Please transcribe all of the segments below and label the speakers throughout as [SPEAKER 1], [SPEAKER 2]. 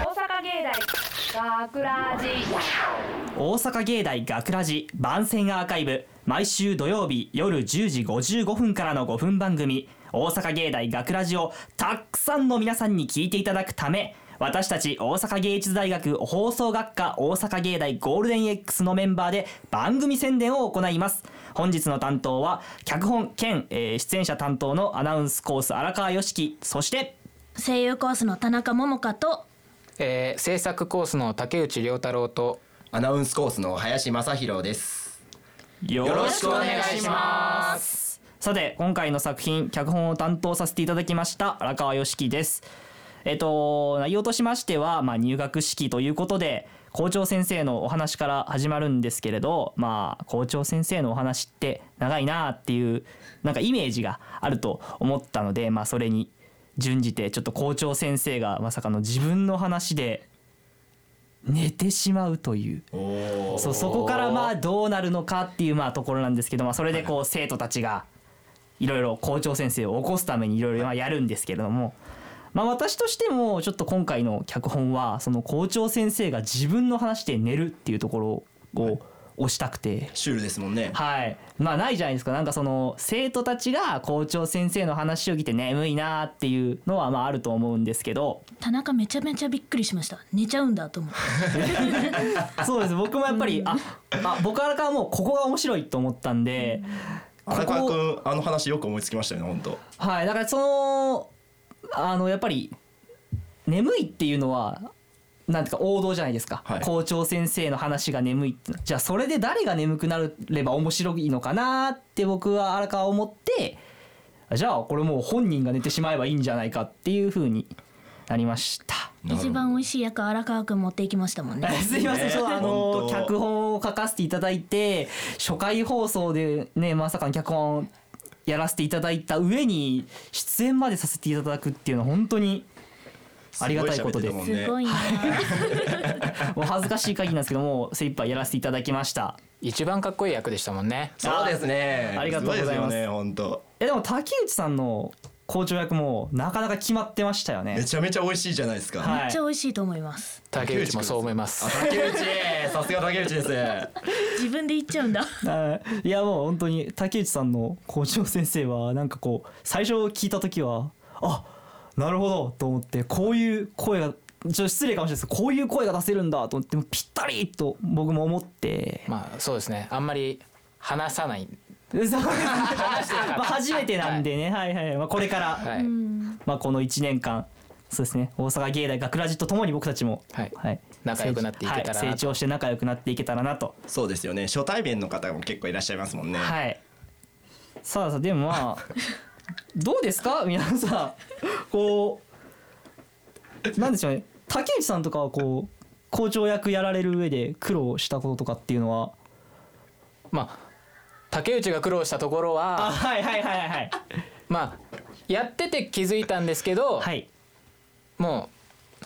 [SPEAKER 1] 大学ラジ
[SPEAKER 2] 大阪芸大学ラジ番宣アーカイブ毎週土曜日夜10時55分からの5分番組「大阪芸大学ラジをたくさんの皆さんに聞いていただくため私たち大阪芸術大学放送学科大阪芸大ゴールデン X のメンバーで番組宣伝を行います本日の担当は脚本兼、えー出演者担当のアナウンスコース荒川良樹そして
[SPEAKER 3] 声優コースの田中桃香と
[SPEAKER 4] えー、制作コースの竹内涼太郎と
[SPEAKER 5] アナウンスコースの林正弘です。
[SPEAKER 2] よ
[SPEAKER 5] よろしくお願いします。
[SPEAKER 2] さて今回の作品脚本を担当させていただきました荒川良樹です。えっと内容としましては、まあ、入学式ということで校長先生のお話から始まるんですけれど、まあ、校長先生のお話って長いなっていうなんかイメージがあると思ったので、まあ、それに準じてちょっと校長先生がまさかの自分の話で寝てしまうという。
[SPEAKER 5] お
[SPEAKER 2] そうそこからまあどうなるのかっていうまあところなんですけど、まあ、それでこう生徒たちがいろいろ校長先生を起こすためにいろいろまあやるんですけれども、まあ、私としてもちょっと今回の脚本はその校長先生が自分の話で寝るっていうところを推したくて。
[SPEAKER 5] シュールですもんね。
[SPEAKER 2] はい、まあないじゃないですかなんかその生徒たちが校長先生の話を聞いて眠いなっていうのはまああると思うんですけど
[SPEAKER 3] 田中めちゃめちゃびっくりしました寝ちゃうんだと思って
[SPEAKER 2] そうです僕もやっぱり、ああ僕からはもうここが面白いと思ったんで、
[SPEAKER 5] 荒
[SPEAKER 2] こ
[SPEAKER 5] 川
[SPEAKER 2] こ
[SPEAKER 5] 君あの話よく思いつきましたよね本当。
[SPEAKER 2] はいだからそのあのやっぱり眠いっていうのはなんていうか王道じゃないですか、
[SPEAKER 5] はい
[SPEAKER 2] 校長先生の話が眠いってじゃあそれで誰が眠くなれば面白いのかなって僕は荒川は思ってじゃあこれもう本人が寝てしまえばいいんじゃないかっていうふうになりました。
[SPEAKER 3] 一番美味しい役荒川くん持っていきましたもんね
[SPEAKER 2] すいません、ちょっとあの
[SPEAKER 5] 本当
[SPEAKER 2] 脚本を書かせていただいて初回放送でねまさかの脚本やらせていただいた上に出演までさせていただくっていうのは本当にありがたいことで、
[SPEAKER 5] すご喋ってた
[SPEAKER 3] す
[SPEAKER 5] もん
[SPEAKER 3] ご
[SPEAKER 5] ね。
[SPEAKER 3] いな
[SPEAKER 2] もう恥ずかしい限りなんですけども精一杯やらせていただきました。
[SPEAKER 4] 一番かっこいい役でしたもんね
[SPEAKER 5] そうですね。
[SPEAKER 2] ありがとうございます
[SPEAKER 5] ごですよね本当。
[SPEAKER 2] えでも竹内さんの校長役もなかなか決まってましたよ
[SPEAKER 5] め
[SPEAKER 2] ね。
[SPEAKER 5] ちゃめちゃ美味しいじゃないですか。
[SPEAKER 2] は
[SPEAKER 3] めっちゃ美味しいと思います
[SPEAKER 4] 竹内もそう思います
[SPEAKER 5] あ竹内さすが竹内です。
[SPEAKER 3] 自分で言っちゃうんだ。
[SPEAKER 2] はいいやもう本当に竹内さんの校長先生はなんかこう最初聞いた時はあなるほどと思ってこういう声がちょっと失礼かもしれないですけどこういう声が出せるんだと思ってもうぴったりと僕も思 って
[SPEAKER 4] まあそうですねあんまり話さない
[SPEAKER 2] そうですね まあ初めてなんでね、はい、はいまあこれから、
[SPEAKER 4] はい、
[SPEAKER 2] まあこの1年間そうですね大阪芸大学ラジとともに僕たちも、
[SPEAKER 4] はい仲良くなっていけたらなと
[SPEAKER 2] はい成長して仲良くなっていけたらなと
[SPEAKER 5] そうですよね初対面の方も結構いらっしゃいますもんね。
[SPEAKER 2] はい。さあさあでも まあどうですか皆さんこうなんでしょうね竹内さんとかはこう校長役やられる上で苦労したこととかっていうのは
[SPEAKER 4] まあ竹内が苦労したところは
[SPEAKER 2] はいはいはいはいはい
[SPEAKER 4] まあやってて気づいたんですけど、
[SPEAKER 2] はい
[SPEAKER 4] もう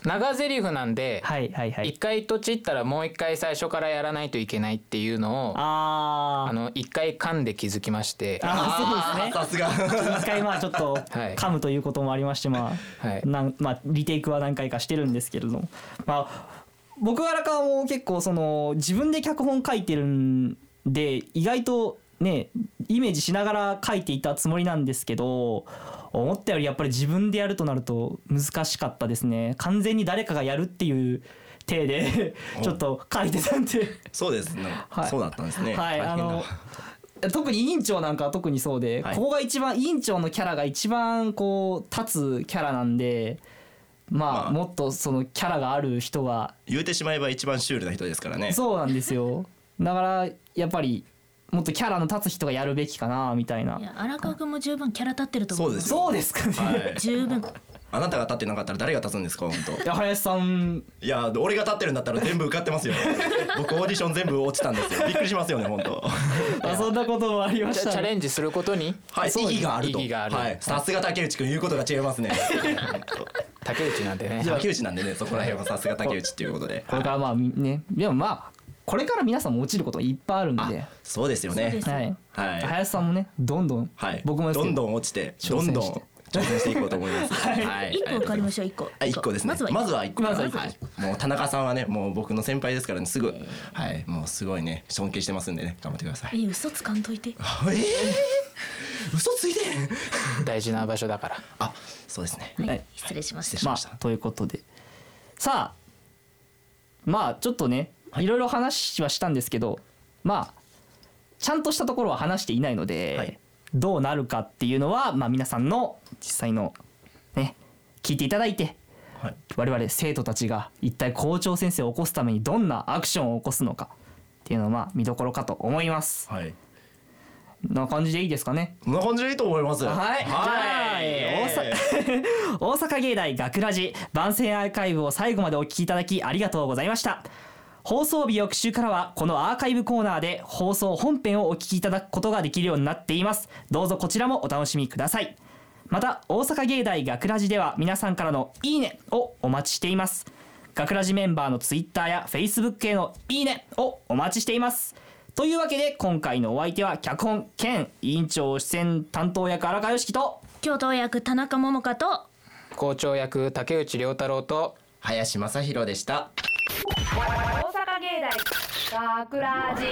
[SPEAKER 4] 長台詞なんで、
[SPEAKER 2] はいはいは
[SPEAKER 4] 一
[SPEAKER 2] い
[SPEAKER 4] 回とちったらもう一回最初からやらないといけないっていうのをあ
[SPEAKER 2] あー
[SPEAKER 4] の一回噛んで気づきまして
[SPEAKER 2] あーそうですね
[SPEAKER 5] さすが。
[SPEAKER 2] 一回まあちょっと
[SPEAKER 4] はい
[SPEAKER 2] 噛むということもありましてまあ、
[SPEAKER 4] はい
[SPEAKER 2] なんまあリテイクは何回かしてるんですけれどもまあ僕は荒川も結構その自分で脚本書いてるんで意外とねイメージしながら書いていたつもりなんですけど思ったよりやっぱり自分でやるとなると難しかったですね完全に誰かがやるっていう体でちょっと書いてたんで
[SPEAKER 5] そうですね。
[SPEAKER 2] はい
[SPEAKER 5] そうだったんですね。
[SPEAKER 2] はい、あ
[SPEAKER 5] 大変だ
[SPEAKER 2] の特に委員長なんかは特にそうで、
[SPEAKER 5] はい
[SPEAKER 2] ここが一番委員長のキャラが一番こう立つキャラなんで、まあ、
[SPEAKER 5] まあ
[SPEAKER 2] もっとそのキャラがある人が
[SPEAKER 5] 言うてしまえば一番シュールな人ですからね。
[SPEAKER 2] そうなんです よ。だからやっぱりもっとキャラの立つ人がやるべきかなみたいない
[SPEAKER 3] や荒川くんも十分キャラ立ってると思います
[SPEAKER 5] そ
[SPEAKER 2] そうですかね。
[SPEAKER 5] はい。
[SPEAKER 3] 十分
[SPEAKER 5] あなたが立ってなかったら誰が立つんですか本
[SPEAKER 2] いや林さん
[SPEAKER 5] 当。いや俺が立ってるんだったら全部受かってますよ。 僕オーディション全部落ちたんですよ。びっくりしますよね本当。
[SPEAKER 2] あそんなこともありま
[SPEAKER 4] チ
[SPEAKER 2] し
[SPEAKER 4] ャチ
[SPEAKER 2] た
[SPEAKER 4] ャ
[SPEAKER 2] ね
[SPEAKER 4] レンジすることに、
[SPEAKER 5] はい。
[SPEAKER 4] そう
[SPEAKER 5] 意義があると。
[SPEAKER 4] 意義がある、
[SPEAKER 5] はい。さすが竹内くん言うことが違いますね。本当
[SPEAKER 4] 竹内なんてね
[SPEAKER 5] 竹内なんでねそこら辺はさすが竹内っていうことで。
[SPEAKER 2] これからまあみねでもまあこれから皆さんも落ちることいっぱいあるんで、は
[SPEAKER 5] そうですよね
[SPEAKER 3] そうで。す
[SPEAKER 2] い、
[SPEAKER 5] はい。
[SPEAKER 2] 林さんもねどんどん、
[SPEAKER 5] はい。
[SPEAKER 2] 僕もです
[SPEAKER 5] ど
[SPEAKER 2] け
[SPEAKER 5] んどん落ちて、
[SPEAKER 2] 挑
[SPEAKER 5] どん
[SPEAKER 2] 戦して
[SPEAKER 5] どん挑戦していこうと思います。はい
[SPEAKER 3] 一個受かりましょう一個
[SPEAKER 5] あ一個ですね。
[SPEAKER 3] まずは
[SPEAKER 5] まずは一個。
[SPEAKER 2] まずは一個
[SPEAKER 5] いもう田中さんはね、もう僕の先輩ですからね、すぐ、はい、もうすごいね、尊敬してますんでね、頑張ってくださ
[SPEAKER 3] え
[SPEAKER 5] い。
[SPEAKER 3] 嘘つかんといて
[SPEAKER 5] ええ嘘ついて。
[SPEAKER 4] 大事な場所だから
[SPEAKER 5] あ、そうですね。
[SPEAKER 2] は
[SPEAKER 3] はいい失礼しまし
[SPEAKER 5] 失礼
[SPEAKER 3] た
[SPEAKER 5] し
[SPEAKER 2] ま
[SPEAKER 5] ました
[SPEAKER 2] あということでさあまあちょっとねいろいろ話はしたんですけど、まあちゃんとしたところは話していないので、
[SPEAKER 5] はい
[SPEAKER 2] どうなるかっていうのは、まあ、皆さんの実際のね聞いていただいて
[SPEAKER 5] はい。
[SPEAKER 2] 我々生徒たちが一体校長先生を起こすためにどんなアクションを起こすのかっていうのはまあ見どころかと思います。
[SPEAKER 5] はい。
[SPEAKER 2] な感じでいいですかね。
[SPEAKER 5] こんな感じでいいと思います。
[SPEAKER 2] はい、
[SPEAKER 5] はい。
[SPEAKER 2] じゃあ大阪大阪芸大学ラジ番宣アーカイブを最後までお聞きいただきありがとうございました放送日翌週からはこのアーカイブコーナーで放送本編をお聞きいただくことができるようになっていますどうぞこちらもお楽しみくださいまた大阪芸大学ラジでは皆さんからのいいねをお待ちしています学ラジメンバーのツイッターやフェイスブックへのいいねをお待ちしていますというわけで今回のお相手は脚本兼委員長出演担当役荒川良樹と
[SPEAKER 3] 教頭役田中桃香と
[SPEAKER 4] 校長役竹内涼太郎と
[SPEAKER 5] 林正弘でした。
[SPEAKER 1] 大阪芸大学ラジ